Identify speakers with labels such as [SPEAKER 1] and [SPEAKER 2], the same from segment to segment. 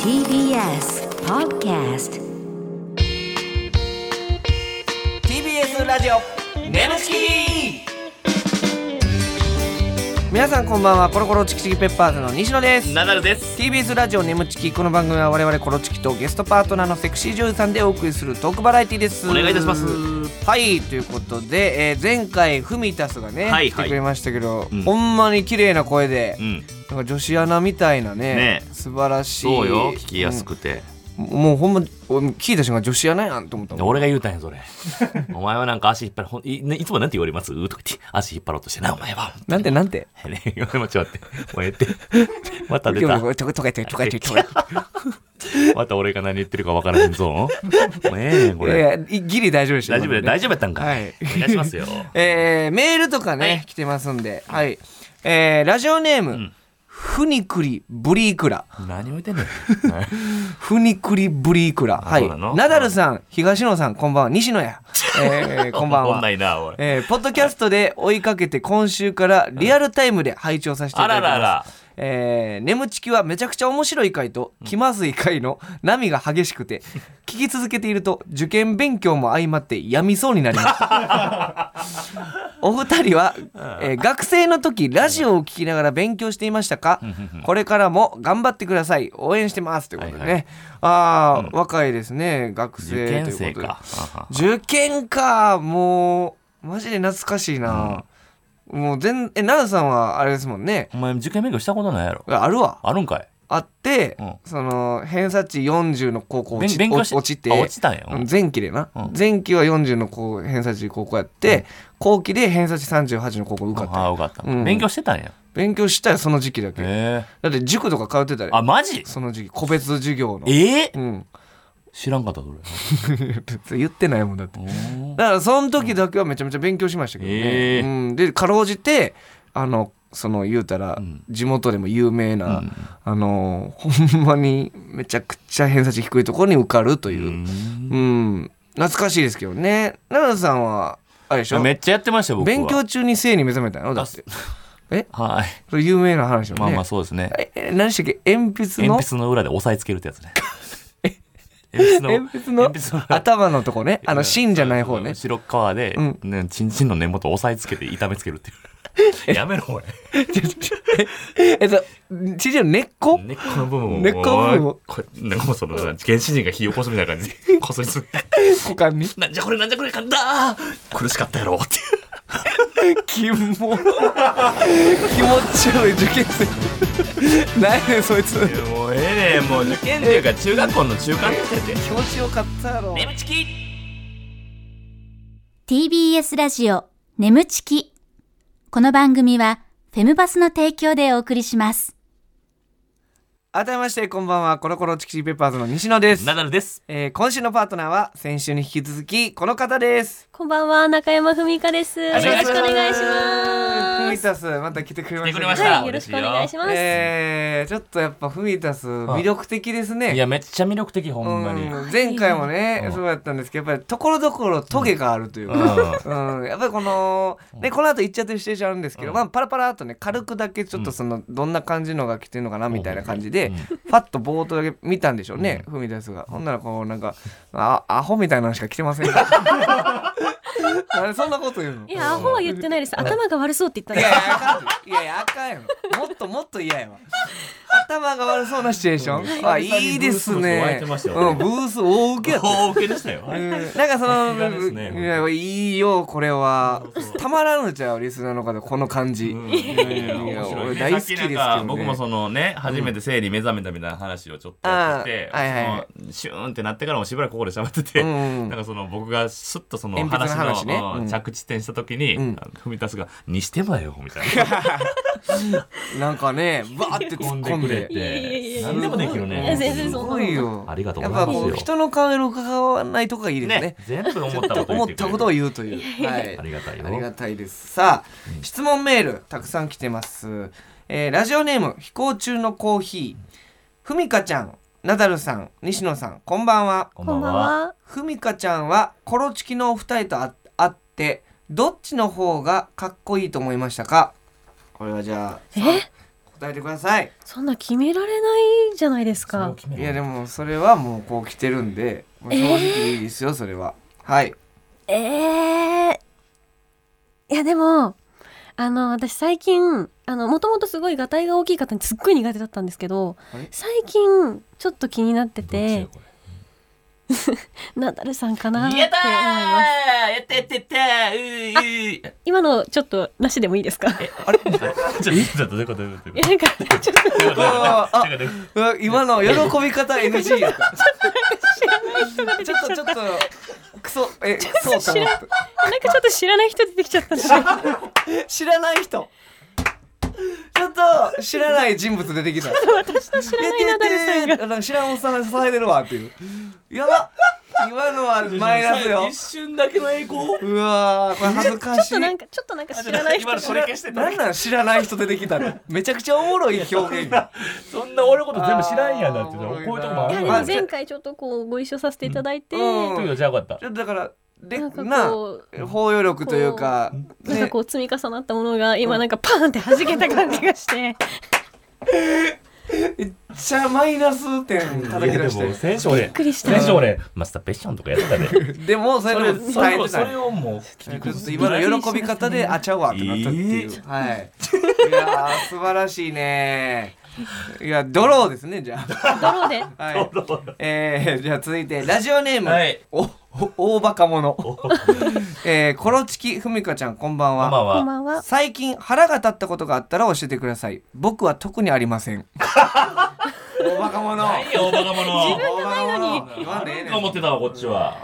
[SPEAKER 1] TBS Podcast
[SPEAKER 2] TBS ラジオ
[SPEAKER 3] ネムチキ
[SPEAKER 2] 皆さんこんばんはコロコロチキチキペッパーズの西野です
[SPEAKER 3] ナダルです。
[SPEAKER 2] TBS ラジオネムチキこの番組は我々コロチキとゲストパートナーのセクシー女優さんでお送りするトークバラエティです
[SPEAKER 3] お願いいたします
[SPEAKER 2] はいということで、えー前回フミタスがね、
[SPEAKER 3] はいはい
[SPEAKER 2] 来てくれましたけど、
[SPEAKER 3] うん
[SPEAKER 2] ほんまに綺麗な声で、
[SPEAKER 3] うん。
[SPEAKER 2] なんか女子アナみたいなね
[SPEAKER 3] ね
[SPEAKER 2] 素晴らしい
[SPEAKER 3] そうよ、聞きやすくて。
[SPEAKER 2] うんもうほんま俺聞いた瞬間女子アナやんと思ったもん
[SPEAKER 3] 俺が言うたんや、それ。 お前はなんか足引っ張る。ほんいねいつもなんて言われますとか言って、足引っ張ろうとしてな、お前は。
[SPEAKER 2] なんてなんて
[SPEAKER 3] ね、ちょっと待って。もうええって。 また出
[SPEAKER 2] 今
[SPEAKER 3] た。
[SPEAKER 2] 日とかとかとかとか
[SPEAKER 3] また俺が何言ってるかわからへんぞ。もうええねん、こ
[SPEAKER 2] い
[SPEAKER 3] れ。
[SPEAKER 2] やいやギリ大丈夫でした
[SPEAKER 3] 大丈夫だよ、大丈夫やったんか。
[SPEAKER 2] はい
[SPEAKER 3] お願いしますよ。
[SPEAKER 2] えーメールとかね、
[SPEAKER 3] はい
[SPEAKER 2] 来てますんで、はいえーラジオネーム、ふにくりブリークラ
[SPEAKER 3] 何を言って んねん。
[SPEAKER 2] ふにくりブリークラ
[SPEAKER 3] あ
[SPEAKER 2] は
[SPEAKER 3] そうなの
[SPEAKER 2] いナダルさん東野さんこんばんは西野 や、えーこんばん
[SPEAKER 3] おも
[SPEAKER 2] は
[SPEAKER 3] んないな、おい。
[SPEAKER 2] えーポッドキャストで追いかけて今週からリアルタイムで拝聴させていただきます。
[SPEAKER 3] あららら
[SPEAKER 2] えー眠ちきはめちゃくちゃ面白い回と気まずい回の波が激しく て、聞き続けていると受験勉強も相まって病みそうになりました。 お二人は、えー学生の時ラジオを聞きながら勉強していましたかこれからも頑張ってください。応援してます。ということでね。
[SPEAKER 3] はいは
[SPEAKER 2] ああ、若いですね。学生と
[SPEAKER 3] 受
[SPEAKER 2] いうことで。
[SPEAKER 3] 験生か。あ
[SPEAKER 2] 受験かもうマジで懐かしいな、もう全え奈良さんはあれですもんね
[SPEAKER 3] お前、受験勉強したことないやろ。
[SPEAKER 2] あるわ
[SPEAKER 3] あるんかい。
[SPEAKER 2] あって、
[SPEAKER 3] うん
[SPEAKER 2] その偏差値40の高校落ち
[SPEAKER 3] 勉強し
[SPEAKER 2] 落ちて
[SPEAKER 3] あ落ちたんや
[SPEAKER 2] うん前期でな、
[SPEAKER 3] うん
[SPEAKER 2] 前期は40の高偏差値高校やって、後期で偏差値38の高校受かった、
[SPEAKER 3] ああ、よかった。
[SPEAKER 2] うん
[SPEAKER 3] 勉強してたんや。
[SPEAKER 2] 勉強したよその時期だけ、
[SPEAKER 3] え
[SPEAKER 2] だって塾とか通ってた
[SPEAKER 3] え
[SPEAKER 2] で
[SPEAKER 3] あ、マジ
[SPEAKER 2] その時期個別授業の
[SPEAKER 3] ええ
[SPEAKER 2] うん
[SPEAKER 3] 知らんかったそれ。
[SPEAKER 2] 言ってないもんだってだからその時だけはめちゃめちゃ勉強しましたけどね、
[SPEAKER 3] へー
[SPEAKER 2] うん、でかろうじてあのその言うたら
[SPEAKER 3] ん
[SPEAKER 2] 地元でも有名な、あのほんまにめちゃくちゃ偏差値低いところに受かるというう、
[SPEAKER 3] ん
[SPEAKER 2] うん懐かしいですけどね奈良さんはあれでしょ
[SPEAKER 3] めっちゃやってましたよ僕は。
[SPEAKER 2] 勉強中に性に目覚めたのだって
[SPEAKER 3] はい。
[SPEAKER 2] それ有名な話よね、
[SPEAKER 3] まあまあそうですね。
[SPEAKER 2] ええ何でしたっけ鉛筆の
[SPEAKER 3] 鉛筆の裏で押さえつけるって やつね。鉛筆の
[SPEAKER 2] 鉛筆の
[SPEAKER 3] 裏
[SPEAKER 2] 頭のとこねあの芯じゃない方 ね
[SPEAKER 3] 白皮で、
[SPEAKER 2] ん
[SPEAKER 3] ね、チンチンの根元を押さえつけて痛めつけるっ ていう。やめろ、おい。
[SPEAKER 2] えっとちじの根っこ
[SPEAKER 3] 根っこの部分を。
[SPEAKER 2] 根っこの部分を
[SPEAKER 3] これなんかもうその、原始人が火起こすみたいな 感じで、こそりつけて
[SPEAKER 2] 股間に
[SPEAKER 3] なんじゃこれなんじゃこれかんだ苦しかったやろっていう。
[SPEAKER 2] キモ 気持ち悪い受験生 何やねんそいつ
[SPEAKER 3] いやもうええねんもう受験っていうか中学校の中間生で
[SPEAKER 2] 気持ちよかったやろ
[SPEAKER 4] TBS ラジオ眠ちきこの番組はフェムバスの提供でお送りします
[SPEAKER 2] 改めましてこんばんはコロコロチキチキペッパーズの西野です
[SPEAKER 3] ナ、ダルです
[SPEAKER 2] えー今週のパートナーは先週に引き続きこの方です
[SPEAKER 5] こんばんは、中山文香です。よろしくお願いし
[SPEAKER 2] フ
[SPEAKER 5] ま
[SPEAKER 2] ミ
[SPEAKER 5] す。
[SPEAKER 2] タスまた来てくれましたね
[SPEAKER 3] 来てくれまし
[SPEAKER 5] は
[SPEAKER 3] た
[SPEAKER 5] い、よろしくお願いします。
[SPEAKER 2] えーちょっとやっぱフミタス魅力的ですね
[SPEAKER 3] いやめっちゃ魅力的ほんまに、
[SPEAKER 2] うん前回もねそうやったんですけどやっぱりところどころトゲがあるというか、うんやっぱりこの、ね、この後行っちゃってるシチュエーションあるんですけど、まあ、パラパラっとね軽くだけちょっとそのどんな感じのが来てるのかなみたいな感じで、ファッとボートだけ見たんでしょうね踏み出すがほんならこうなんかあアホみたいなのしか来てませんかあれそんなこと言うの
[SPEAKER 5] いや、アホは言ってないです。頭が悪そうって言
[SPEAKER 2] い
[SPEAKER 5] ったんで
[SPEAKER 2] やい
[SPEAKER 5] す。
[SPEAKER 2] やあかんでいやいやあかんやろもっともっと嫌やわ頭が悪そうなシチュエーションあいいですね
[SPEAKER 3] ブ
[SPEAKER 2] うん
[SPEAKER 3] ースの人沸いてましたよ
[SPEAKER 2] ブース大受けやったよ
[SPEAKER 3] 大受けでしたよ、
[SPEAKER 2] うんなんかその、
[SPEAKER 3] がですね
[SPEAKER 2] いやいいよこれはたまらんのちゃうリスナーの方この感じ、
[SPEAKER 3] いや面白い
[SPEAKER 2] 俺大好きですけどね
[SPEAKER 3] さっきなんか僕もそのね初めて生理目覚めたみたいな話をちょっとやってて、
[SPEAKER 2] あーはいはい
[SPEAKER 3] そのシューンってなってからもしばらくここで喋ってて、
[SPEAKER 2] うん
[SPEAKER 3] なんかその僕がスッとその
[SPEAKER 2] 鉛筆
[SPEAKER 3] 話
[SPEAKER 2] の
[SPEAKER 3] の
[SPEAKER 2] 話ね
[SPEAKER 3] うん
[SPEAKER 2] うん
[SPEAKER 3] 着地点した時に、
[SPEAKER 2] ん
[SPEAKER 3] あの踏み出すが「にしてもだよ」みたい な
[SPEAKER 2] なんかねバーって突っ込んで
[SPEAKER 3] いやいやいや何でもできる
[SPEAKER 5] いや
[SPEAKER 3] ね
[SPEAKER 5] 全然
[SPEAKER 2] す
[SPEAKER 5] そんな
[SPEAKER 2] ごいよ
[SPEAKER 3] ありがとう
[SPEAKER 2] や
[SPEAKER 3] ご
[SPEAKER 2] っ
[SPEAKER 3] ざい
[SPEAKER 2] ぱ
[SPEAKER 3] ますよ
[SPEAKER 2] こう人の顔色を伺わないとこがいいですね
[SPEAKER 3] ね全部思ったこと言
[SPEAKER 2] 思って
[SPEAKER 3] っくれる
[SPEAKER 2] たことを言うという、はい、
[SPEAKER 3] ありがたいよ
[SPEAKER 2] ありがたいですさあ、質問メールたくさん来てます、えーラジオネーム飛行中のコーヒーふみかちゃんナダルさん西野さんこんばんは
[SPEAKER 3] こんば
[SPEAKER 5] こん
[SPEAKER 3] ん
[SPEAKER 5] ばん
[SPEAKER 3] は
[SPEAKER 5] は。
[SPEAKER 2] ふみかちゃんはコロチキのお二人とあ会ってどっちの方がかっこいいと思いましたかこれはじゃあ
[SPEAKER 5] え、
[SPEAKER 2] 答えてください
[SPEAKER 5] そんな決められないじゃないです
[SPEAKER 3] そう
[SPEAKER 5] か。
[SPEAKER 3] 決め
[SPEAKER 2] い
[SPEAKER 3] ろ
[SPEAKER 2] やでもそれはもうこう来てるんでもう正直いいですよそれは、はい
[SPEAKER 5] ええいやでもあの私最近あのもともとすごいガタイが大きい方にすっごい苦手だったんですけど
[SPEAKER 2] あれ
[SPEAKER 5] 最近ちょっと気になって
[SPEAKER 3] ど
[SPEAKER 5] て
[SPEAKER 3] っちだこれ
[SPEAKER 5] ナダルさんかなって思
[SPEAKER 6] や
[SPEAKER 5] い
[SPEAKER 6] ったー
[SPEAKER 5] ます
[SPEAKER 6] やったやったやったーうーうー
[SPEAKER 5] 今のちょっとなしでもいいですかい
[SPEAKER 3] ちょっとどういうことどういうこと
[SPEAKER 5] やなんかちょっと
[SPEAKER 2] ああ
[SPEAKER 3] どういうこ
[SPEAKER 2] うわ今の喜び方 NG やったちょっとちょっとクソえそうと思っ
[SPEAKER 5] なんかちょっと知らない人出てきちゃったんで
[SPEAKER 2] て知らない人ちょっと知らない人物出てきた
[SPEAKER 5] 私の知らないナダルさんが
[SPEAKER 2] ん知らんおっさんが支えてるわっていうやば今のは
[SPEAKER 6] と
[SPEAKER 2] マイナスよ
[SPEAKER 6] 一瞬だけの栄光
[SPEAKER 2] うわーこれ恥ずかし
[SPEAKER 5] ちょっと
[SPEAKER 2] い
[SPEAKER 5] なんかちょっとなんか知らない人
[SPEAKER 6] 今のそれ消してた
[SPEAKER 2] なんなん知らない人出てきたのめちゃくちゃおもろい表現
[SPEAKER 3] そんな俺のこと全部知らんやんだって
[SPEAKER 2] あ
[SPEAKER 3] こ
[SPEAKER 2] ー
[SPEAKER 3] ういうとこもあるよ
[SPEAKER 5] いやで
[SPEAKER 3] ね
[SPEAKER 5] も
[SPEAKER 2] あ
[SPEAKER 5] 前回ちょっとこうご一緒させていただいて、
[SPEAKER 2] うん
[SPEAKER 3] というのじゃなかった
[SPEAKER 2] ちょっとだからでな
[SPEAKER 5] な
[SPEAKER 2] ん
[SPEAKER 5] かこ
[SPEAKER 2] 包容力というか
[SPEAKER 5] う、なんかこう積み重なったものが今なんかパーンって弾けた感じがして、
[SPEAKER 2] めっちゃマイナス点叩き出し
[SPEAKER 3] いやで
[SPEAKER 2] て
[SPEAKER 3] も先週俺
[SPEAKER 5] くりした
[SPEAKER 3] 先週俺マスターベッションとかやってたで
[SPEAKER 2] でもそ
[SPEAKER 3] そ
[SPEAKER 2] れ
[SPEAKER 3] れ
[SPEAKER 2] でも
[SPEAKER 3] それ
[SPEAKER 2] 伝え
[SPEAKER 3] を
[SPEAKER 2] て
[SPEAKER 3] そ
[SPEAKER 2] ない
[SPEAKER 3] れをもう聞き
[SPEAKER 2] ちょっと
[SPEAKER 3] 崩
[SPEAKER 2] 今
[SPEAKER 3] す
[SPEAKER 2] の喜び方であちゃうわってなったっていう、はいいやー素晴らしいねいやドローですねじゃ
[SPEAKER 5] ドローで。
[SPEAKER 2] あ、はい、えー、じゃあ続いてラジオネーム、
[SPEAKER 6] はい
[SPEAKER 2] おお大バカ者えー、コロチキふみかちゃんこんばん
[SPEAKER 3] こ
[SPEAKER 2] は
[SPEAKER 3] んばん
[SPEAKER 5] こん
[SPEAKER 3] は
[SPEAKER 5] ばんは。
[SPEAKER 2] 最近腹が立ったことがあったら教えてください僕は特にありま せん大バカ者
[SPEAKER 6] いいよバカ者
[SPEAKER 2] 分がないのに言わんでええねん
[SPEAKER 6] 思ってたわこっちは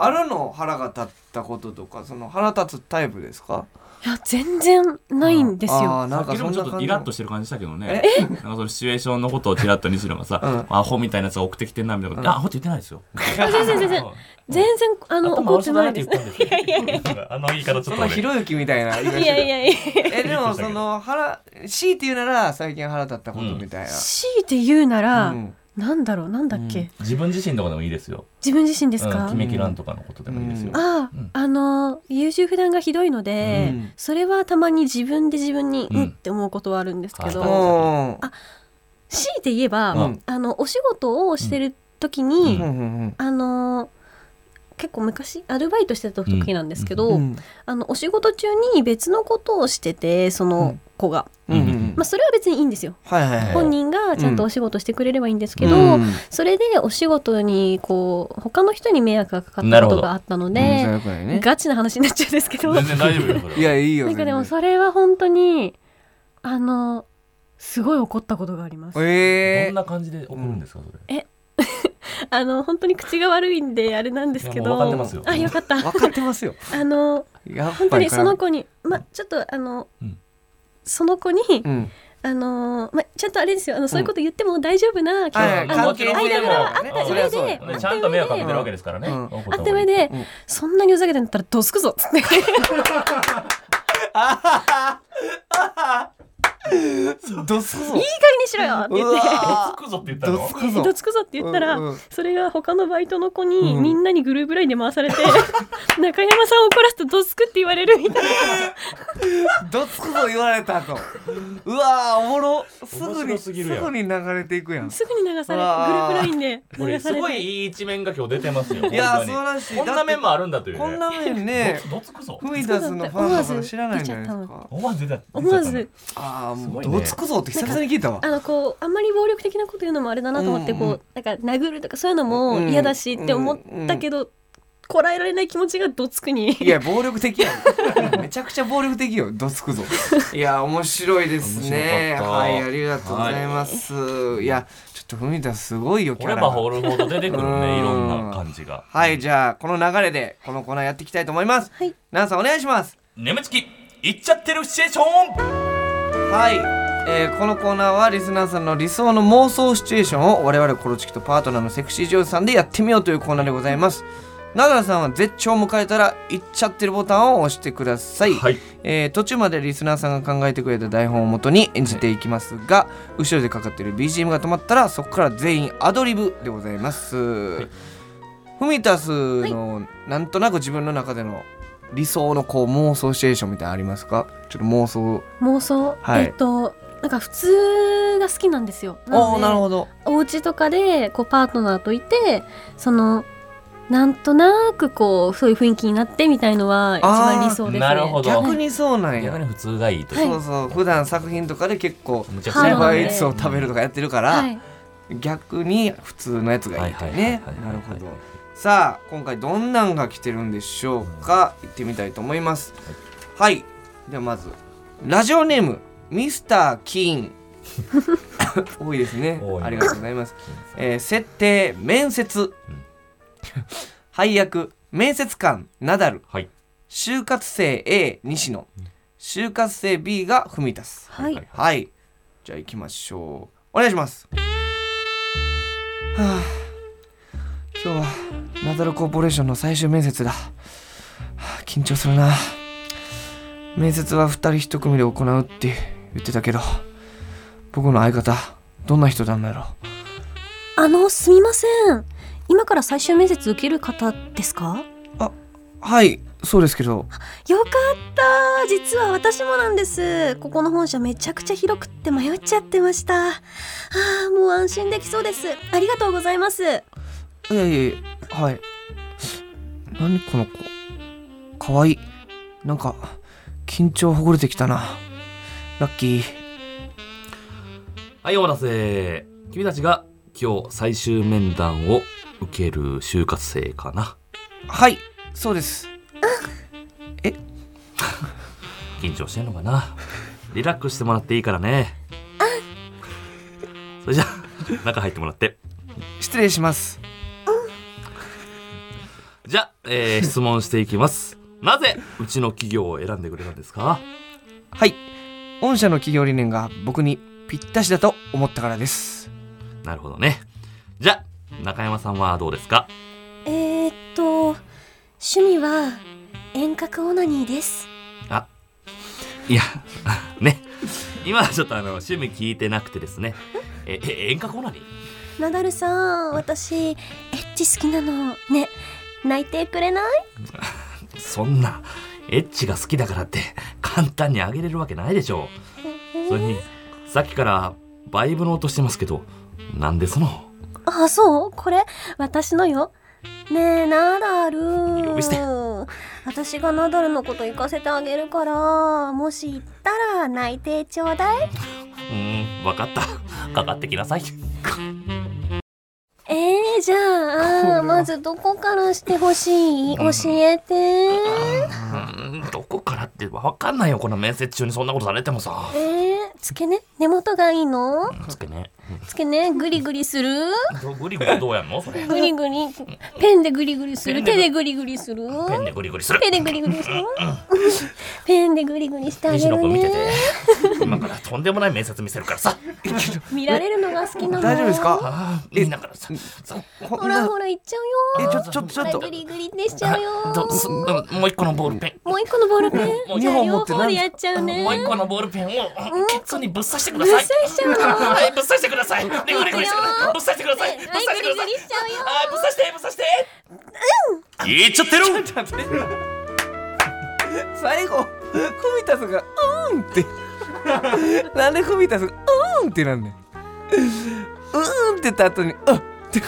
[SPEAKER 2] あーあるの腹が立ったこととかその腹立つタイプですか
[SPEAKER 5] いや全然ないんです
[SPEAKER 2] あ
[SPEAKER 5] よ。
[SPEAKER 2] ー
[SPEAKER 6] な
[SPEAKER 2] なんんか
[SPEAKER 6] か
[SPEAKER 2] そん
[SPEAKER 6] ち
[SPEAKER 2] な
[SPEAKER 6] ょっ
[SPEAKER 2] 感
[SPEAKER 6] と
[SPEAKER 2] じ
[SPEAKER 6] イラッとしてる感じしたけどねなんかそのシチュエーションのことをちらっと西野がさアホみたいなやつ送ってきてんなみたいなことあアホって言ってないですよ
[SPEAKER 5] あ全然全然全然あの
[SPEAKER 3] 頭
[SPEAKER 5] 怒っ
[SPEAKER 3] 悪
[SPEAKER 5] て
[SPEAKER 3] そうだ
[SPEAKER 5] な
[SPEAKER 3] ないって
[SPEAKER 5] で
[SPEAKER 3] 言っ。
[SPEAKER 5] す
[SPEAKER 3] たんですよあの言い方ちょ
[SPEAKER 2] そ
[SPEAKER 3] っ
[SPEAKER 2] ん
[SPEAKER 3] と
[SPEAKER 2] な
[SPEAKER 3] 俺
[SPEAKER 2] ひろゆきみたいな言い方し
[SPEAKER 5] い
[SPEAKER 2] て
[SPEAKER 5] や
[SPEAKER 2] る
[SPEAKER 5] いやいや。
[SPEAKER 2] えでもその腹強いて言うなら最近腹立ったことみたい
[SPEAKER 5] 強いて言うな
[SPEAKER 2] な、
[SPEAKER 5] ら、
[SPEAKER 2] うん
[SPEAKER 5] なんだろうなんだっけ、
[SPEAKER 3] 自分自身とかでもいいですよ
[SPEAKER 5] 自分自身です
[SPEAKER 3] うん
[SPEAKER 5] か。
[SPEAKER 3] 決めきらんとかのことでもいいですよ
[SPEAKER 5] あ
[SPEAKER 3] うん
[SPEAKER 5] あ、あの優柔不断がひどいので、
[SPEAKER 2] うん
[SPEAKER 5] それはたまに自分で自分に、
[SPEAKER 3] うん
[SPEAKER 5] うんって思うことはあるんですけど、
[SPEAKER 3] うんは
[SPEAKER 2] おー
[SPEAKER 5] 強いて言えば、
[SPEAKER 2] うん
[SPEAKER 5] あのお仕事をしてる時に、
[SPEAKER 3] うん
[SPEAKER 2] うんうん
[SPEAKER 5] あの結構昔アルバイトしてた時なんですけど、
[SPEAKER 2] うん
[SPEAKER 5] あのお仕事中に別のことをしててその子が、
[SPEAKER 2] うんうん
[SPEAKER 5] まあ、それは別にいいんですよ。
[SPEAKER 2] はいはいはい
[SPEAKER 5] 本人がちゃんとお仕事してくれればいいんですけど、
[SPEAKER 2] うん
[SPEAKER 5] それでお仕事にこう他の人に迷惑がかかっ
[SPEAKER 3] な
[SPEAKER 5] た
[SPEAKER 3] る
[SPEAKER 5] こ
[SPEAKER 3] ほ
[SPEAKER 5] と
[SPEAKER 3] ど
[SPEAKER 5] があったの
[SPEAKER 2] うんそう
[SPEAKER 5] で、
[SPEAKER 2] いうことやね
[SPEAKER 5] ガチな話になっちゃうんですけど
[SPEAKER 6] 全然大丈夫よそれはい
[SPEAKER 2] やいいよ
[SPEAKER 5] なんかでも
[SPEAKER 2] 全
[SPEAKER 5] それは本当にあのすごい怒ったことがあります。
[SPEAKER 2] 然え
[SPEAKER 3] どんな感じで送るんですかそれ
[SPEAKER 5] あの本当に口が悪いんであれなんですけ
[SPEAKER 3] いやも
[SPEAKER 5] ど、
[SPEAKER 3] う分かってますよ
[SPEAKER 5] あよかった。
[SPEAKER 2] ー、分かってますよ
[SPEAKER 5] あの
[SPEAKER 2] やっぱり
[SPEAKER 5] 本当にその
[SPEAKER 2] 子
[SPEAKER 5] 子にまちょっとあの、
[SPEAKER 3] うん
[SPEAKER 5] その子に、
[SPEAKER 2] うん
[SPEAKER 5] あのまちゃんとあれですよあのそういうこと言っても大丈夫な、
[SPEAKER 2] はいはい
[SPEAKER 5] あの
[SPEAKER 2] 関係性も
[SPEAKER 5] 間柄はあった
[SPEAKER 3] そ
[SPEAKER 5] 上
[SPEAKER 3] り
[SPEAKER 5] で
[SPEAKER 3] ゃ
[SPEAKER 2] そうだよね
[SPEAKER 3] ねちゃんと迷惑かけてるわけですからね
[SPEAKER 2] うん
[SPEAKER 3] 怒た
[SPEAKER 5] あっ
[SPEAKER 3] 方
[SPEAKER 5] た
[SPEAKER 3] がい
[SPEAKER 5] 上
[SPEAKER 3] い
[SPEAKER 5] で、
[SPEAKER 2] うん
[SPEAKER 5] そんなにふざけてんだったらどすくぞっつって
[SPEAKER 2] どすぞ
[SPEAKER 5] いい加減にしろよって言って。
[SPEAKER 2] わ
[SPEAKER 3] つくぞって言った
[SPEAKER 2] ど
[SPEAKER 3] の
[SPEAKER 2] つくぞ
[SPEAKER 5] どつくぞって言ったら、
[SPEAKER 2] うんうん
[SPEAKER 5] それが他のバイトの子に、
[SPEAKER 2] うん
[SPEAKER 5] みんなにグループラインで回されて中山さんを怒らすとどつくって言われるみたい
[SPEAKER 2] どつくぞ言われたとうわーおもろすぐに
[SPEAKER 3] 面白
[SPEAKER 2] す
[SPEAKER 3] すぎるやん
[SPEAKER 2] ぐに流れていくやん
[SPEAKER 5] なすぐに流さ
[SPEAKER 2] うわー
[SPEAKER 5] れてグル
[SPEAKER 3] これ
[SPEAKER 5] ープラインで流さ
[SPEAKER 3] す
[SPEAKER 5] れ
[SPEAKER 3] ごい
[SPEAKER 5] て
[SPEAKER 3] いい一面が今日出てますよ。
[SPEAKER 2] いやー素
[SPEAKER 3] 本当に
[SPEAKER 2] 晴らしい
[SPEAKER 3] こんな面もあるんだというね。
[SPEAKER 2] こんな面ね
[SPEAKER 3] どつくぞ。
[SPEAKER 2] フミダスのファンだから知らないんじゃないですか
[SPEAKER 3] 思わず出た。
[SPEAKER 5] 思わず
[SPEAKER 2] ああもう
[SPEAKER 3] すごいね
[SPEAKER 2] どつくぞって久々に聞いたわ
[SPEAKER 5] あのこうあんまり暴力的なこと言うのもあれだなと思って、
[SPEAKER 2] うん
[SPEAKER 5] こうなんか殴るとかそういうのも嫌だしって思ったけど、こらえられない気持ちがどつくに
[SPEAKER 2] いや暴力的やんめちゃくちゃ暴力的よどつくぞいや面白いですね
[SPEAKER 6] 面白かった
[SPEAKER 2] はいありがとうございます、い、やちょっとフミダすごいよキ
[SPEAKER 3] 掘
[SPEAKER 2] ャ
[SPEAKER 3] れ
[SPEAKER 2] ラ
[SPEAKER 3] ば
[SPEAKER 2] が
[SPEAKER 3] 掘るほど出てくる
[SPEAKER 2] うん
[SPEAKER 3] ね。いろんな感じが。
[SPEAKER 2] はいじゃあこの流れでこのコーナーやっていきたいと思います
[SPEAKER 5] はい
[SPEAKER 2] ナンさんお願いします
[SPEAKER 3] 眠ちき行っちゃってるシチュエーション。
[SPEAKER 2] はい、えーこのコーナーはリスナーさんの理想の妄想シチュエーションを我々コロチキとパートナーのセクシー女優さんでやってみようというコーナーでございますナダルさんは絶頂を迎えたら「いっちゃってる」ボタンを押してください、
[SPEAKER 3] はい
[SPEAKER 2] えー途中までリスナーさんが考えてくれた台本をもとに演じていきますが、後ろでかかってる BGM が止まったらそこから全員アドリブでございます、フミタスの、なんとなく自分の中での理想のこう妄想シチュエーションみたいなのありますかちょっと妄想
[SPEAKER 5] 妄想、
[SPEAKER 2] はい
[SPEAKER 5] えっとなんか普通が好きなんですよ。の
[SPEAKER 2] お
[SPEAKER 5] で
[SPEAKER 2] なるほど
[SPEAKER 5] お家とかでこうパートナーといてそのなんとなくこうそういう雰囲気になってみたいのは一番理想ですね。
[SPEAKER 3] なるほど
[SPEAKER 2] 逆にそうなんや
[SPEAKER 3] 逆に普通がいいという
[SPEAKER 2] そうそう普段作品とかで結構
[SPEAKER 3] むちゃくちゃ
[SPEAKER 5] は
[SPEAKER 2] 先
[SPEAKER 5] い
[SPEAKER 2] 輩エツを食べるとかやってるから、
[SPEAKER 5] はい、
[SPEAKER 2] 逆に普通のやつがいいというね
[SPEAKER 3] はいはいはいはい
[SPEAKER 2] なるほどさあ今回どんなんが来てるんでしょうか行ってみたいと思いますはいではまずラジオネームミスター・キ ーン多いですね
[SPEAKER 3] 多いね
[SPEAKER 2] ありがとうございます、えー設定面接、配役面接官ナダル
[SPEAKER 3] はい
[SPEAKER 2] 就活生 A 西野就活生 B が文田す
[SPEAKER 5] はい
[SPEAKER 3] はい
[SPEAKER 2] はい。じゃあ行きましょう。お願いします。はあ、今日はナダルコーポレーションの最終面接だ。はあ緊張するな。面接は2人1組で行うって言ってたけど、僕の相方、どんな人なんだろう。
[SPEAKER 5] あのすみません今から最終面接受ける方ですか
[SPEAKER 2] はい、そうですけど。
[SPEAKER 5] よかった実は私もなんですここの本社めちゃくちゃ広くって迷っちゃってましたああもう安心できそうですありがとうございます
[SPEAKER 2] いやいやいや、はい。何この子。かわいい。なんか、緊張ほぐれてきたな。ラッキー。
[SPEAKER 3] はいお待たせ君たちが今日最終面談を受ける就活生かな
[SPEAKER 2] はい、そうです。
[SPEAKER 3] 緊張してんのかなリラックスしてもらっていいからねそれじゃあ中入ってもらって
[SPEAKER 2] 失礼します。
[SPEAKER 3] じゃあ、えー質問していきますなぜうちの企業を選んでくれたんですか
[SPEAKER 2] はい、御社の企業理念が僕にぴったしだと思ったからです。
[SPEAKER 3] なるほどねじゃあ中山さんはどうですか
[SPEAKER 5] えー、っと趣味は遠隔オナニーです
[SPEAKER 3] あいや ね今はちょっとあの趣味聞いてなくてですねええ演歌コーナーに
[SPEAKER 5] ナダルさん私エッチ好きなのね泣いてくれない
[SPEAKER 3] そんなエッチが好きだからって簡単にあげれるわけないでしょうそれにさっきからバイブの音してますけどなんでその
[SPEAKER 5] あそうこれ私のよねえナダル
[SPEAKER 3] 呼び捨て
[SPEAKER 5] 私がナダルのこと行かせてあげるからもし行ったら泣いてちょうだいう
[SPEAKER 3] ーんわかったかかってきなさい
[SPEAKER 5] えー、じゃあまずどこからしてほしい教えて
[SPEAKER 3] うんどこからってわかんないよこの面接中にそんなことされてもさ
[SPEAKER 5] えー、付け根根元がいいの
[SPEAKER 3] つけね
[SPEAKER 5] 付け根グリグリする
[SPEAKER 3] どグリグリどうやんのそれ
[SPEAKER 5] グリグリペンでグリグリする
[SPEAKER 3] ペ
[SPEAKER 5] 手
[SPEAKER 3] ンで
[SPEAKER 5] でグリグリする
[SPEAKER 3] ペンでグリグリする
[SPEAKER 5] 手でグリグリするペンでグリグリしてあげ
[SPEAKER 3] 西野
[SPEAKER 5] る
[SPEAKER 3] 君見て
[SPEAKER 5] ね
[SPEAKER 3] て今からとんでもない面接見せるからさ
[SPEAKER 5] 見られるのが好き なの
[SPEAKER 2] 大丈夫ですか
[SPEAKER 3] あーみんなからささ
[SPEAKER 2] ほ
[SPEAKER 5] ほらほらいっちゃう
[SPEAKER 2] え、
[SPEAKER 5] よ
[SPEAKER 2] ちょ、ちょ、ちょっ
[SPEAKER 5] ほ
[SPEAKER 2] と
[SPEAKER 5] らグ。リグリってしちゃう
[SPEAKER 3] あ
[SPEAKER 5] よ
[SPEAKER 3] どすうんもう一個のボールペン
[SPEAKER 5] もう一個のボールペ
[SPEAKER 3] も
[SPEAKER 5] ン
[SPEAKER 3] う
[SPEAKER 5] じゃあ
[SPEAKER 2] 二本持
[SPEAKER 5] 両
[SPEAKER 2] って
[SPEAKER 5] 方でやっちゃうね
[SPEAKER 3] もう一個のボールペンをうんケツにぶっ刺してくだ
[SPEAKER 5] ぶっ
[SPEAKER 3] さ
[SPEAKER 5] 刺
[SPEAKER 3] い。
[SPEAKER 5] しちゃうの
[SPEAKER 3] はい、ぶっ刺してください。ねグリグリしてください。ぶっ刺してください。ぶっ刺してください。
[SPEAKER 5] しちゃうよ
[SPEAKER 3] はい、ぶっ刺して、ぶっ刺して。うん。いっちゃってる。
[SPEAKER 2] 最後、フミタスが、うーんって。なんでフミタスが、うーんってなんだよ。うーんって言った後に、あっって。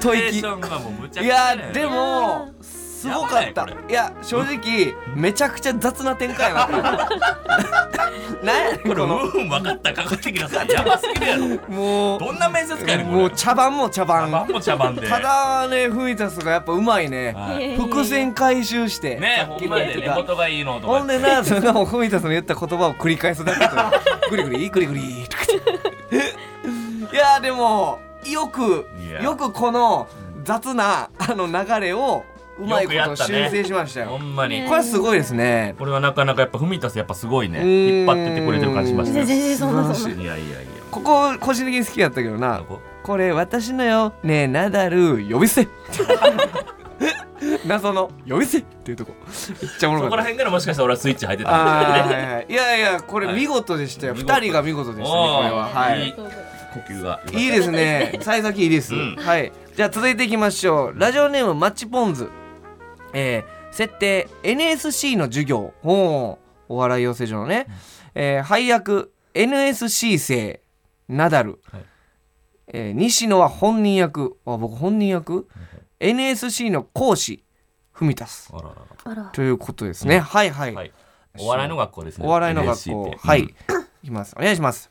[SPEAKER 2] 吐息。い
[SPEAKER 3] がもうむち
[SPEAKER 2] や、でも、すごかっ
[SPEAKER 3] や
[SPEAKER 2] た。
[SPEAKER 3] ばい
[SPEAKER 2] いや、正直、めちゃくちゃ雑な展開 やな。なんやねん、
[SPEAKER 3] こ
[SPEAKER 2] こ
[SPEAKER 3] れ、
[SPEAKER 2] の。
[SPEAKER 3] うん、わかった、かかってきなさい。やばすぎるやろ。
[SPEAKER 2] もう。
[SPEAKER 3] どんな面接会ね、これ。
[SPEAKER 2] もう茶番も茶
[SPEAKER 3] 茶番
[SPEAKER 2] 番
[SPEAKER 3] も茶番で。
[SPEAKER 2] ただねフミタスがやっぱうまいね
[SPEAKER 3] はい。
[SPEAKER 2] 伏線回収して
[SPEAKER 3] ね、
[SPEAKER 2] さっ
[SPEAKER 3] ほ
[SPEAKER 2] き
[SPEAKER 3] ん
[SPEAKER 2] の
[SPEAKER 3] ま
[SPEAKER 2] や
[SPEAKER 3] で
[SPEAKER 2] つ
[SPEAKER 3] ね、
[SPEAKER 2] が
[SPEAKER 3] 言がいいのと
[SPEAKER 2] ほ
[SPEAKER 3] か
[SPEAKER 2] ん。で なそれがもうフミタスの言った言葉を繰り返すだけというグリグリグリグリとか言 っていやーでもよく
[SPEAKER 3] いや
[SPEAKER 2] よくこの雑なあの流れをうまいこ
[SPEAKER 3] よく
[SPEAKER 2] と
[SPEAKER 3] やったね
[SPEAKER 2] 修正しました
[SPEAKER 3] ほ
[SPEAKER 2] よ
[SPEAKER 3] んまに。
[SPEAKER 2] これすごいですね
[SPEAKER 3] これはなかなかやっぱ踏み出すやっぱすごいね
[SPEAKER 2] うーん
[SPEAKER 3] 引っ張ってってくれてる感じしましたよ
[SPEAKER 5] 全然そんなそん
[SPEAKER 2] 素晴らしい
[SPEAKER 3] いやいやいや
[SPEAKER 2] ここ個人的に好きだったけどなこれ私のよねえナダル呼び捨て 謎の呼び捨てっていうとこめっちゃおも
[SPEAKER 3] そ
[SPEAKER 2] ろか
[SPEAKER 3] こ
[SPEAKER 2] らった
[SPEAKER 3] 辺からもしかしたら俺はスイッチ入ってたん
[SPEAKER 2] あ
[SPEAKER 3] で
[SPEAKER 2] ー
[SPEAKER 3] ね
[SPEAKER 2] はいはいいやいやこれ見事で したよ、
[SPEAKER 3] は
[SPEAKER 2] 二
[SPEAKER 3] い
[SPEAKER 2] 人が見事でしたね
[SPEAKER 3] おー
[SPEAKER 2] これはは
[SPEAKER 3] はい
[SPEAKER 2] い
[SPEAKER 3] 呼吸が
[SPEAKER 2] いいです ね幸先いいです、
[SPEAKER 3] うん
[SPEAKER 2] はいじゃあ続いていきましょうラジオネームマッチポンズえー、設定 NSC の授業ほうお笑い養成所のね、えー配役 NSC 生ナダル、
[SPEAKER 3] はい
[SPEAKER 2] えー西野は本人役あ僕本人役 NSC の講師フミタス
[SPEAKER 3] あららら
[SPEAKER 5] あら
[SPEAKER 2] ということですね、はいはい、
[SPEAKER 3] はいお笑いの学校ですね
[SPEAKER 2] お笑いの学校
[SPEAKER 3] NSC って
[SPEAKER 2] はい、
[SPEAKER 3] うん
[SPEAKER 2] いきますお願いします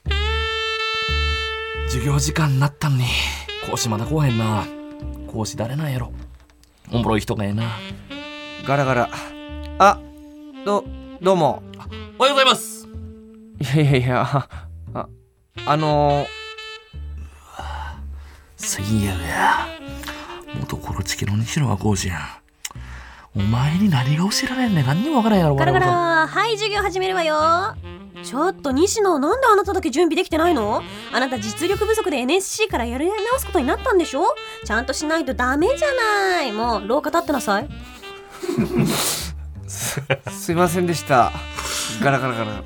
[SPEAKER 3] 授業時間になったのに講師まだ来へんな講師誰なんやろおもろい人がええな
[SPEAKER 2] ガラガラあどどうも
[SPEAKER 3] おはようございます
[SPEAKER 2] いやいやいやあああのー
[SPEAKER 3] 最悪や元コロチキの西野が講師やお前に何が教えられんねん何にもわからんやろ
[SPEAKER 5] ガラガ
[SPEAKER 3] 我々
[SPEAKER 5] ラはい授業始めるわよちょっと西野なんであなただけ準備できてないのあなた実力不足で NSC からやり直すことになったんでしょちゃんとしないとダメじゃないもう廊下立ってなさい
[SPEAKER 2] すいませんでした。ガラガラガラ。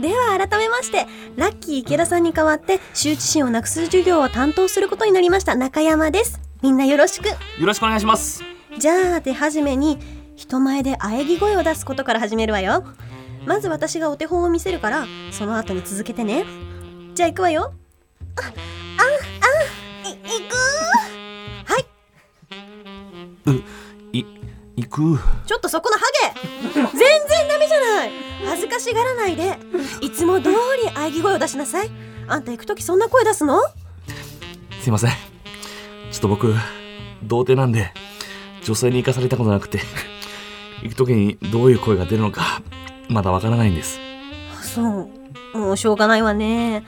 [SPEAKER 5] では改めましてラッキー池田さんに代わって羞恥心をなくす授業を担当することになりました中山ですみんなよろしく
[SPEAKER 3] よろしくお願いします
[SPEAKER 5] じゃあ手始めに人前で喘ぎ声を出すことから始めるわよまず私がお手本を見せるからその後に続けてねじゃあ行くわよあああい行くはい
[SPEAKER 3] い行く
[SPEAKER 5] ちょっとそこのハゲ全然ダメじゃない恥ずかしがらないでいつも通り喘ぎ声を出しなさいあんた行く時そんな声出すの
[SPEAKER 3] すいませんちょっと僕童貞なんで女性に生かされたことなくて 行く時にどういう声が出るのかまだわからないんです
[SPEAKER 5] そうもうしょうがないわね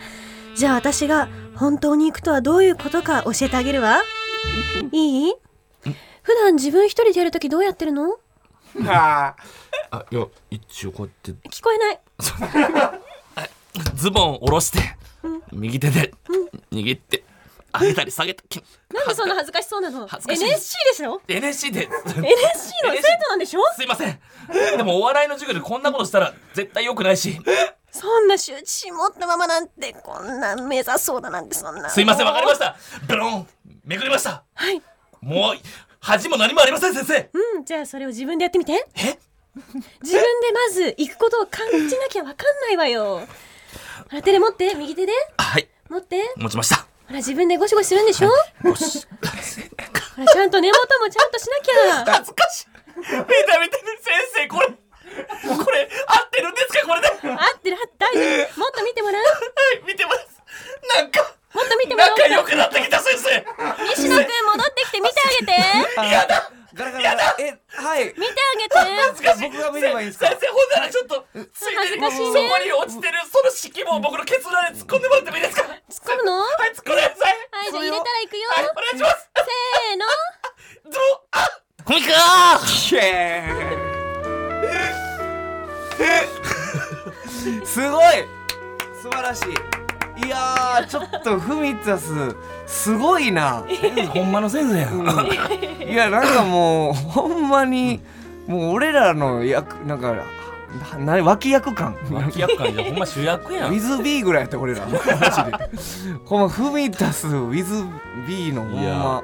[SPEAKER 5] じゃあ私が本当に行くとはどういうことか教えてあげるわいい普段自分一人でやるときどうやってるの
[SPEAKER 2] あ
[SPEAKER 3] あいや一応こうやって
[SPEAKER 5] 聞こえない
[SPEAKER 3] ズボンを下ろして右手で握って上げたり下げたり
[SPEAKER 5] なんでそんな 恥ずかしそうなの
[SPEAKER 3] 恥ずかしい
[SPEAKER 5] NSC でしょ
[SPEAKER 3] NSC で
[SPEAKER 5] NSC の生徒なんでしょ
[SPEAKER 3] すいませんでもお笑いの授業でこんなことしたら絶対良くないし
[SPEAKER 5] そんな羞恥心持ったままなんてこんな目指そうだなんてそんな
[SPEAKER 3] すいませんわかりま
[SPEAKER 5] し
[SPEAKER 3] したブロンめくりました
[SPEAKER 5] たはい
[SPEAKER 3] もう恥も何もありません先生
[SPEAKER 5] うんじゃあそれを自分でやってみて
[SPEAKER 3] え
[SPEAKER 5] 自分でまず行くことを感じなきゃわかんないわよほら手で持って右手で
[SPEAKER 3] はい
[SPEAKER 5] 持って
[SPEAKER 3] 持ちました
[SPEAKER 5] ほら自分でゴシゴシするんでしょ
[SPEAKER 3] よし
[SPEAKER 5] ほらちゃんと根元もちゃんとしなきゃ
[SPEAKER 3] 恥ずかしい見た見た先生これこれ合ってるんですかこれでは
[SPEAKER 5] 合ってる合って大丈夫もっと見てもらう
[SPEAKER 3] い見てますなんか
[SPEAKER 5] もっと見てもらおう
[SPEAKER 3] 仲良くなってきた先生
[SPEAKER 5] 西野くん戻ってきて見てあげて
[SPEAKER 3] やだ
[SPEAKER 2] ガラガラガラ。え、はい。
[SPEAKER 5] 見てあげて
[SPEAKER 3] 恥ずかしい
[SPEAKER 2] 僕が見ればいいんですか
[SPEAKER 3] 先生ほんならちょっとつい
[SPEAKER 5] 恥
[SPEAKER 3] て
[SPEAKER 5] ず
[SPEAKER 3] る
[SPEAKER 5] かしいね
[SPEAKER 3] そこに落ちてるその式も僕のケツの穴に突っ込んでもらってもいいですかはい
[SPEAKER 5] 突っ込むの
[SPEAKER 3] 突
[SPEAKER 5] は
[SPEAKER 3] っ込んでください
[SPEAKER 5] いじゃあ入れたら行くよ
[SPEAKER 3] はいお願いします
[SPEAKER 5] せーの
[SPEAKER 3] どうあコミカ
[SPEAKER 2] シェーン。すごい。素晴らしい。いやーちょっとフミタスすごい な。
[SPEAKER 3] ーほんまの先生や
[SPEAKER 2] いやなんかもうほんまにもう俺らの役なんかなな脇役感。
[SPEAKER 3] 脇役感じゃほんま主役や
[SPEAKER 2] ウィズ B ぐらいやった俺らマジでほんまフミタスウィズ B のほん
[SPEAKER 3] いや
[SPEAKER 2] ま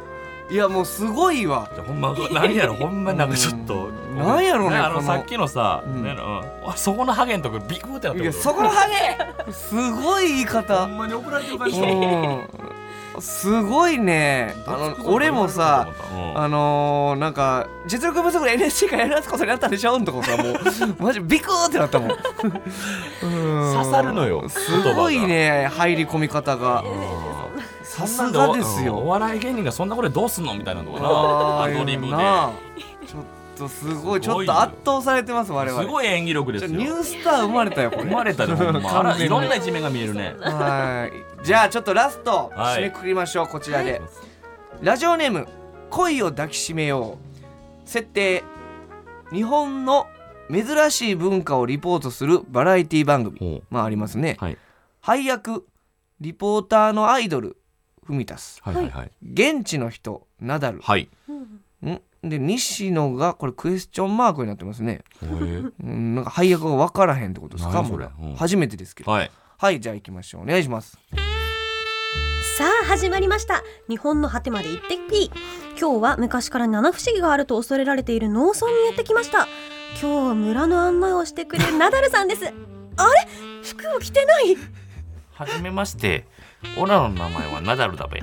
[SPEAKER 2] いやもうすごいわ
[SPEAKER 3] ほんま何やろほんまなんかちょっと
[SPEAKER 2] うんなんやろね
[SPEAKER 3] あ
[SPEAKER 2] こ
[SPEAKER 3] の
[SPEAKER 2] の
[SPEAKER 3] さっきのさ、
[SPEAKER 2] うん
[SPEAKER 3] ねうんあそこのハゲんとこビクってなっ
[SPEAKER 2] い
[SPEAKER 3] て
[SPEAKER 2] やそこハゲすごい言い
[SPEAKER 3] ほ
[SPEAKER 2] 方
[SPEAKER 3] んまに怒られてる感じ
[SPEAKER 2] うんすごいねあの俺もさあのー、なんか実力不足で NSC からやらすことになったんでしょんとかさもうマジビクーってなった もんうん
[SPEAKER 3] 刺さるのよ
[SPEAKER 2] すごいね入り込み方がさすがですよ
[SPEAKER 3] お笑い芸人がそんなことでどうすんのみたいなの
[SPEAKER 2] あ
[SPEAKER 3] か
[SPEAKER 2] ー
[SPEAKER 3] なアドリブで
[SPEAKER 2] なちょっとすごいちょっと圧倒されてます我々
[SPEAKER 3] すごい演技力です
[SPEAKER 2] ちょ
[SPEAKER 3] よ
[SPEAKER 2] ニュースター生まれたよこれ
[SPEAKER 3] 生まれたでほんまあ
[SPEAKER 2] 完全
[SPEAKER 3] ら
[SPEAKER 2] に
[SPEAKER 3] いろんな一面が見えるね
[SPEAKER 2] はいじゃあちょっとラスト
[SPEAKER 3] はい
[SPEAKER 2] 締めくくりましょうこちらで、ラジオネーム「恋を抱きしめよう」設定日本の珍しい文化をリポートするバラエティ番組
[SPEAKER 3] ほう
[SPEAKER 2] まあありますね、
[SPEAKER 3] はい
[SPEAKER 2] 配役リポーターのアイドルフミタス
[SPEAKER 3] はいはいはい
[SPEAKER 2] 現地の人ナダル
[SPEAKER 3] はい
[SPEAKER 2] んで西野がこれクエスチョンマークになってますね
[SPEAKER 3] へー
[SPEAKER 2] うん、なんか配役が分からへんってことですか
[SPEAKER 3] 何それ
[SPEAKER 2] もう
[SPEAKER 3] うん
[SPEAKER 2] 初めてですけどはい、
[SPEAKER 3] はい
[SPEAKER 2] じゃあ行きましょうお願いします
[SPEAKER 5] さあ始まりました日本の果てまで行ってき今日は昔から七不思議があると恐れられている農村にやってきました今日は村の案内をしてくれるナダルさんですあれ服を着てない
[SPEAKER 3] はじめましてオラの名前はナダルだべ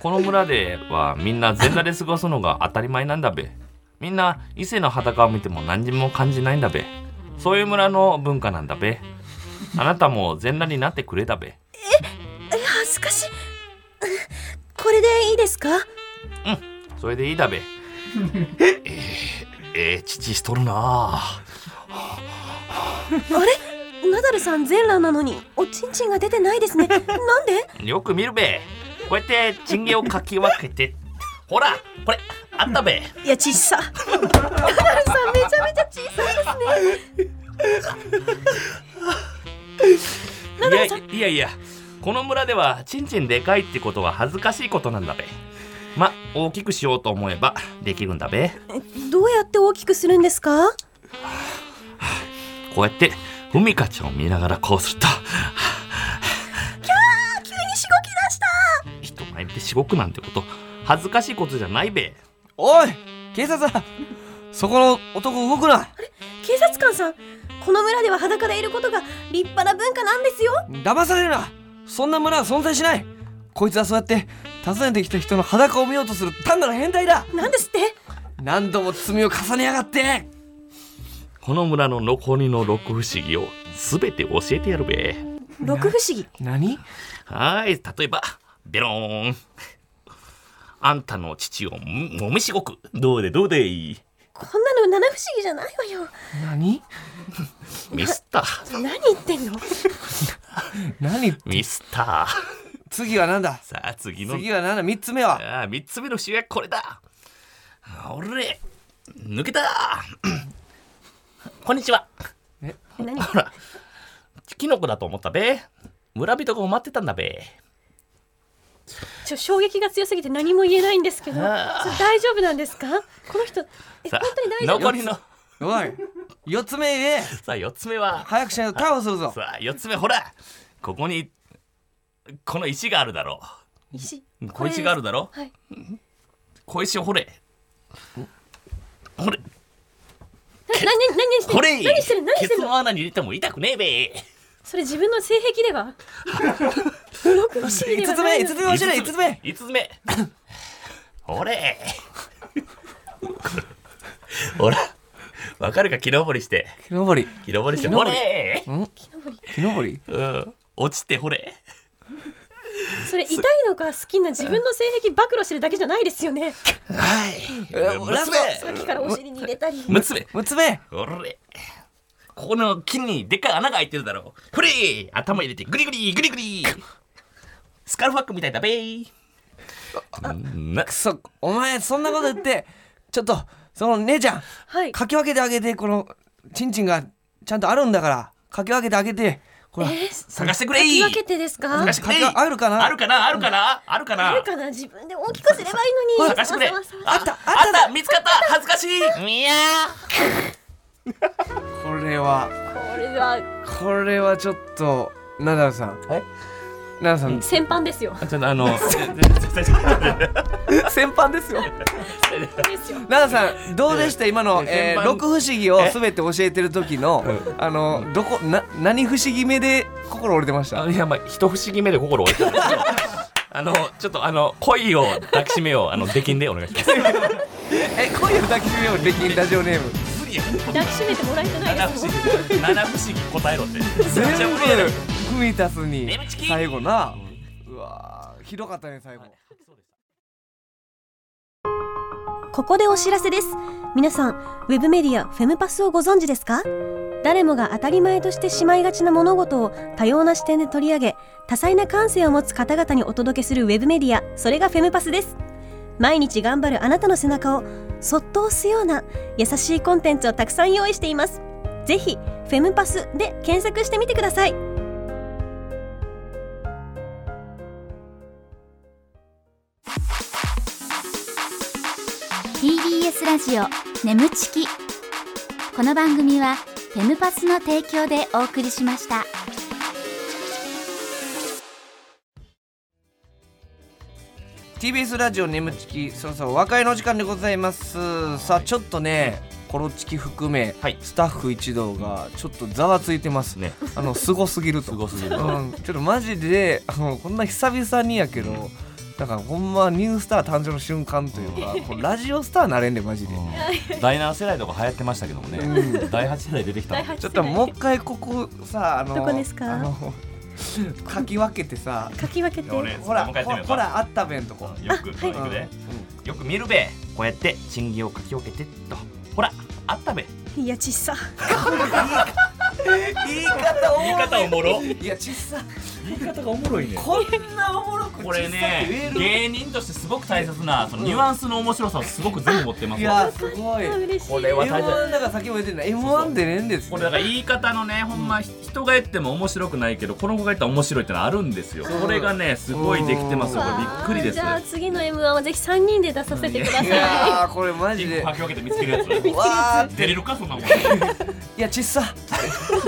[SPEAKER 3] この村ではみんな全裸で過ごすのが当たり前なんだべみんな伊勢の裸を見ても何にも感じないんだべそういう村の文化なんだべあなたも全裸になってくれだべ
[SPEAKER 5] え恥ずかしいこれでいいですか
[SPEAKER 3] それでいいだべええええ父しとるなあ
[SPEAKER 5] ナダルさん全裸なのにおちんちんが出てないですねなんで
[SPEAKER 3] よく見るべこうやってチンゲをかき分けてほらこれあったべ
[SPEAKER 5] いやちっさナダルさんめちゃめちゃ小さいですね
[SPEAKER 3] いやいやいやこの村ではチンチンでかいってことは恥ずかしいことなんだべま大きくしようと思えばできるんだべ
[SPEAKER 5] どうやって大きくするんですか
[SPEAKER 3] こうやってふみかちゃんを見ながらこうすると
[SPEAKER 5] 急にしごき出した
[SPEAKER 3] 人前でしごくなんてこと恥ずかしいことじゃないべ
[SPEAKER 2] おい警察だそこの男動くな
[SPEAKER 5] 警察官さんこの村では裸でいることが立派な文化なんですよ
[SPEAKER 2] 騙されるなそんな村は存在しないこいつはそうやって訪ねてきた人の裸を見ようとする単なる変態だ
[SPEAKER 5] なんですって
[SPEAKER 2] 何度も罪を重ねやがって
[SPEAKER 3] この村の残りの六不思議を全て教えてやるべ
[SPEAKER 5] 六不思議
[SPEAKER 2] 何
[SPEAKER 3] はーい例えばベローンあんたの父をむもみしごくどうでどうでいい
[SPEAKER 5] こんなの七不思議じゃないわよ
[SPEAKER 2] 何
[SPEAKER 3] ミスター
[SPEAKER 5] 何言ってんの
[SPEAKER 2] 何
[SPEAKER 3] ミスター
[SPEAKER 2] 次は何だ
[SPEAKER 3] さあ次の
[SPEAKER 2] 次は何だ3つ目は
[SPEAKER 3] ああ、三つ目の主役これだ。あ俺、抜けた。こんにちは。
[SPEAKER 5] 何
[SPEAKER 3] ほら、キノコだと思ったべ。村人が待ってたんだべ。
[SPEAKER 5] ちょ衝撃が強すぎて何も言えないんですけどそれ
[SPEAKER 3] あー
[SPEAKER 5] 大丈夫なんですかこの人え
[SPEAKER 3] さ
[SPEAKER 5] 本当に
[SPEAKER 3] あ、
[SPEAKER 5] 大丈夫
[SPEAKER 3] 残りの、さ
[SPEAKER 2] おい4つ目言え
[SPEAKER 3] あ、四つ目は、
[SPEAKER 2] 早くしないと逮捕するぞ
[SPEAKER 3] さあ、四つ目、ほら、ここに、この石があるだろ
[SPEAKER 5] 石
[SPEAKER 3] う。小石があるだろ
[SPEAKER 5] はい
[SPEAKER 3] 小石を掘れ。掘れ、
[SPEAKER 5] な何何何して
[SPEAKER 3] 掘
[SPEAKER 5] る
[SPEAKER 3] れ
[SPEAKER 5] 何してる何し
[SPEAKER 3] ケ
[SPEAKER 5] て
[SPEAKER 3] ツ
[SPEAKER 5] るの
[SPEAKER 3] の穴に入れても痛くねえべ。
[SPEAKER 5] それ自分の性癖 では六不思議で
[SPEAKER 2] 5
[SPEAKER 5] は
[SPEAKER 2] つ
[SPEAKER 5] な
[SPEAKER 2] 目
[SPEAKER 5] い
[SPEAKER 2] 5
[SPEAKER 5] の
[SPEAKER 2] つ目教えない5つ目
[SPEAKER 3] 五つ目ほれほらわかるか木登りして
[SPEAKER 2] 木登り
[SPEAKER 3] 木登りしてほれ
[SPEAKER 2] 木登り
[SPEAKER 3] うん落ちてほれ
[SPEAKER 5] それ痛いのか好きな自分の性癖暴露してるだけじゃないですよね
[SPEAKER 3] はい
[SPEAKER 2] ラスト
[SPEAKER 5] さっきからお尻に入れたり
[SPEAKER 3] 六つ目
[SPEAKER 2] 6つ目
[SPEAKER 3] ほれここの木にでっかい穴が開いてるだろうほれ頭入れてグリグリグリグリスカルファックみたいだべーな
[SPEAKER 2] くそお前そんなこと言ってちょっとその姉ちゃん
[SPEAKER 5] はい
[SPEAKER 2] かき分けてあげてこのチンチンがちゃんとあるんだからかき分けてあげてほら、
[SPEAKER 5] えー
[SPEAKER 3] 探してくれ
[SPEAKER 5] か
[SPEAKER 3] ー
[SPEAKER 5] き分けてですか
[SPEAKER 3] 探してくれ
[SPEAKER 2] かき分けあるかな
[SPEAKER 3] あるかなあるかなあるかな
[SPEAKER 5] あるかな自分で大きくすればいいのに
[SPEAKER 3] 探してくれ
[SPEAKER 5] わざわざ
[SPEAKER 3] あったあった見つかった恥ずかしいいや
[SPEAKER 2] これは
[SPEAKER 5] これは
[SPEAKER 2] これはちょっとナダルさん
[SPEAKER 3] はい
[SPEAKER 2] ナダルさん
[SPEAKER 5] 先般ですよ
[SPEAKER 3] ちょっとあ の
[SPEAKER 2] 先般ですよ
[SPEAKER 5] ですよ
[SPEAKER 2] ナダルさんどうでした今の、
[SPEAKER 3] え
[SPEAKER 2] え
[SPEAKER 3] 先
[SPEAKER 2] ー、
[SPEAKER 3] 般
[SPEAKER 2] 六不思議をすべて教えてる時のあのどこな何不思議目で心折れてました
[SPEAKER 3] いやまあ一不思議目で心折れたんですけどあのちょっとあの恋を抱きしめようあの出禁でお願いします
[SPEAKER 2] え今夜抱きしめようできラジオネーム
[SPEAKER 3] 無理や
[SPEAKER 5] 抱きしめてもらえてない
[SPEAKER 3] 七
[SPEAKER 5] で
[SPEAKER 3] 不
[SPEAKER 5] すも
[SPEAKER 3] 思
[SPEAKER 5] ん
[SPEAKER 3] 議七不思議答えろって
[SPEAKER 2] 全
[SPEAKER 3] めちゃ
[SPEAKER 2] 部
[SPEAKER 3] 無理やな
[SPEAKER 2] 組み足すに
[SPEAKER 3] 眠ちき
[SPEAKER 2] 最後なうわーひどかったね最後
[SPEAKER 5] ここでお知らせです皆さんウェブメディアフェムパスをご存知ですか誰もが当たり前としてしまいがちな物事を多様な視点で取り上げ多彩な感性を持つ方々にお届けするウェブメディアそれがフェムパスです毎日頑張るあなたの背中をそっと押すような優しいコンテンツをたくさん用意していますぜひフェムパスで検索してみてください
[SPEAKER 4] ー TBS ラジオ眠ちきこの番組はフェムパスの提供でお送りしました
[SPEAKER 2] TBS ラジオ眠ちきそろそろお別れの時間でございますさあちょっとねコロチキ含め、
[SPEAKER 3] はい
[SPEAKER 2] スタッフ一同がちょっとざわついてます
[SPEAKER 3] ね
[SPEAKER 2] あのすごすぎると
[SPEAKER 3] すごすぎる
[SPEAKER 2] うん、ちょっとマジであのこんな久々にやけど、なんかほんまニュースター誕生の瞬間というか、こうラジオスターなれんでマジで、
[SPEAKER 3] 第7世代とか流行ってましたけどもね、第8世代出てきた
[SPEAKER 5] 第
[SPEAKER 3] もん
[SPEAKER 5] 8
[SPEAKER 2] ちょっともう一回ここさあの
[SPEAKER 5] どこですか
[SPEAKER 2] あの書き分けてさ
[SPEAKER 5] 書き分けて
[SPEAKER 3] 俺
[SPEAKER 2] ほら
[SPEAKER 3] もう一回やっ
[SPEAKER 2] ほら
[SPEAKER 3] てみようか
[SPEAKER 2] ほらあったべんとこ
[SPEAKER 3] よく教育でよく見るべこうやって賃金を書き分けてっとほらあったべ
[SPEAKER 5] いやちっさ
[SPEAKER 2] 言い方おもろい
[SPEAKER 3] 言い方おもろ
[SPEAKER 2] いやちっさ
[SPEAKER 3] 言い方がおもろいね
[SPEAKER 2] こんなおもろく
[SPEAKER 3] これ
[SPEAKER 2] ちっさって言え
[SPEAKER 3] ね
[SPEAKER 2] る
[SPEAKER 3] 芸人としてすごく大切なそのニュアンスの面白さをすごく全部持ってま
[SPEAKER 2] い
[SPEAKER 3] すわ
[SPEAKER 2] やすごい
[SPEAKER 5] 嬉しい
[SPEAKER 3] これは大
[SPEAKER 2] M1
[SPEAKER 3] 切
[SPEAKER 2] だから先も言ってた M1 でねんです
[SPEAKER 3] これだから言い方のねほんま人が言っても面白くないけどこの子が言ったら面白いってのはあるんですよ
[SPEAKER 2] そう
[SPEAKER 3] これがねすごいできてますよこれびっくりです
[SPEAKER 5] じゃあ次の M1 はぜひ3人で出させてください
[SPEAKER 2] いやーこれ マジ
[SPEAKER 3] 人
[SPEAKER 2] で
[SPEAKER 3] 口書き分けて見つけるやつ
[SPEAKER 2] わー
[SPEAKER 3] 出れるかそ んなもん
[SPEAKER 2] いやちっさ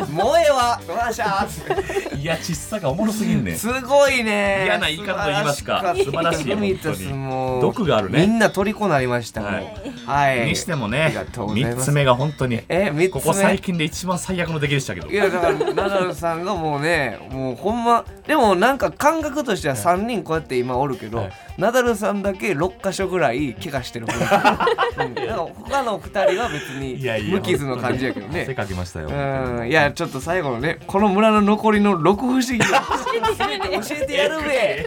[SPEAKER 2] 萌えはわしゃー
[SPEAKER 3] いやちっさがおもろすぎんねん
[SPEAKER 2] すごいね
[SPEAKER 3] 嫌な言い方と言いますか素晴らしい
[SPEAKER 2] 海とすもう
[SPEAKER 3] 毒があるね
[SPEAKER 2] みんな虜になりましたもん
[SPEAKER 3] は
[SPEAKER 2] はい
[SPEAKER 3] にしても
[SPEAKER 2] あ
[SPEAKER 3] ね
[SPEAKER 2] りがとうございま
[SPEAKER 3] 3
[SPEAKER 2] す
[SPEAKER 3] つ目が本当に
[SPEAKER 2] え三つ目
[SPEAKER 3] ここ最近で一番最悪の出来でしたけど
[SPEAKER 2] いやだからナダルさんがもうねもうほんまでもなんか感覚としては3人こうやって今おるけど、
[SPEAKER 3] はい
[SPEAKER 2] ナダルさんだけ6箇所ぐらい怪我してる、うん、だ から他の2人は別
[SPEAKER 3] いやい
[SPEAKER 2] に
[SPEAKER 3] や
[SPEAKER 2] 無傷の感じやけどね
[SPEAKER 3] 汗かきましたよ
[SPEAKER 2] うんいやちょっと最後のねこの村の残りの6不思議を教えてやるべ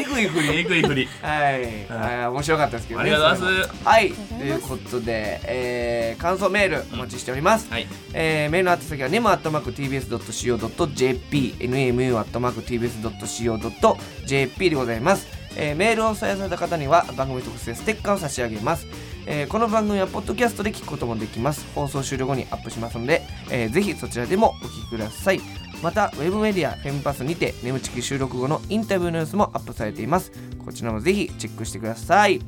[SPEAKER 2] えぐいふり
[SPEAKER 3] えぐいふり
[SPEAKER 2] はい、はい、面白かったですけど、ね、
[SPEAKER 3] ありがとうございます
[SPEAKER 2] それもはいということで、えー感想メールお待ちしております、
[SPEAKER 3] はい
[SPEAKER 2] えーメールの宛先は nemo.tbs.co.jp nemu.tbs.co.jp でございます、えーメールを採用された方には番組特製ステッカーを差し上げます、えーこの番組はポッドキャストで聞くこともできます放送終了後にアップしますので、えーぜひそちらでもお聞きくださいまたウェブメディアフェムパスにて眠チキ収録後のインタビューの様子もアップされていますこちらもぜひチェックしてください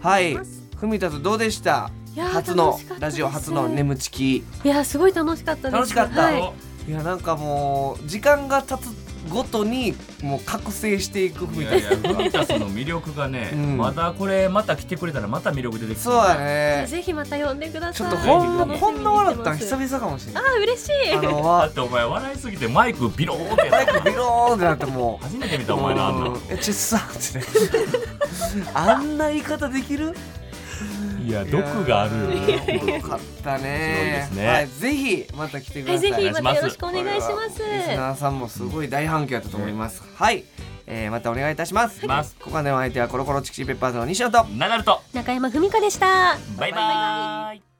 [SPEAKER 2] はいふみたとどうでした
[SPEAKER 5] いやー
[SPEAKER 2] 初の
[SPEAKER 5] 楽しかったです
[SPEAKER 2] ラジオ初の眠チキ
[SPEAKER 5] いやすごい楽しかったです
[SPEAKER 2] 楽しかった
[SPEAKER 5] はい
[SPEAKER 2] いやなんかもう時間が経つごとにもう覚醒していく
[SPEAKER 3] い
[SPEAKER 2] みた
[SPEAKER 3] や
[SPEAKER 2] い
[SPEAKER 3] いや
[SPEAKER 2] な
[SPEAKER 3] フミタスの魅力がね
[SPEAKER 2] うん
[SPEAKER 3] またこれまた来てくれたらまた魅力出てきて
[SPEAKER 2] そうだね
[SPEAKER 5] ぜひまた呼んでくだ
[SPEAKER 2] ち
[SPEAKER 5] さ
[SPEAKER 2] ょっ
[SPEAKER 5] い
[SPEAKER 2] とほんまこ
[SPEAKER 5] 楽しみに
[SPEAKER 2] んな笑ったん
[SPEAKER 5] して
[SPEAKER 2] 久
[SPEAKER 5] ます
[SPEAKER 2] 々かもしれない
[SPEAKER 5] あー嬉しい
[SPEAKER 2] あの
[SPEAKER 3] だ
[SPEAKER 2] わ
[SPEAKER 3] ってお前笑いすぎてマイクビローンってや
[SPEAKER 2] マ
[SPEAKER 3] っ
[SPEAKER 2] イクビローンってなっても
[SPEAKER 3] た初めて見
[SPEAKER 2] う
[SPEAKER 3] たお前のあん
[SPEAKER 2] うん えちっさってねあんな言い方できる
[SPEAKER 3] ないや毒があるよ
[SPEAKER 2] いやーよかったね
[SPEAKER 3] すごいですね
[SPEAKER 2] はいぜひまた来てくだ
[SPEAKER 5] はい
[SPEAKER 2] さ
[SPEAKER 5] ぜ
[SPEAKER 2] い
[SPEAKER 5] ひまたよろしくお
[SPEAKER 2] お
[SPEAKER 5] 願いします
[SPEAKER 2] リスナーさんもすごい大反響だったと思います、はい、えー、またお願いいたします
[SPEAKER 3] はいます
[SPEAKER 2] ここまでのお相手はコロコロチキチキペッパーズの西野と
[SPEAKER 3] ナダルと
[SPEAKER 5] 中山文香でした
[SPEAKER 3] バイバーイ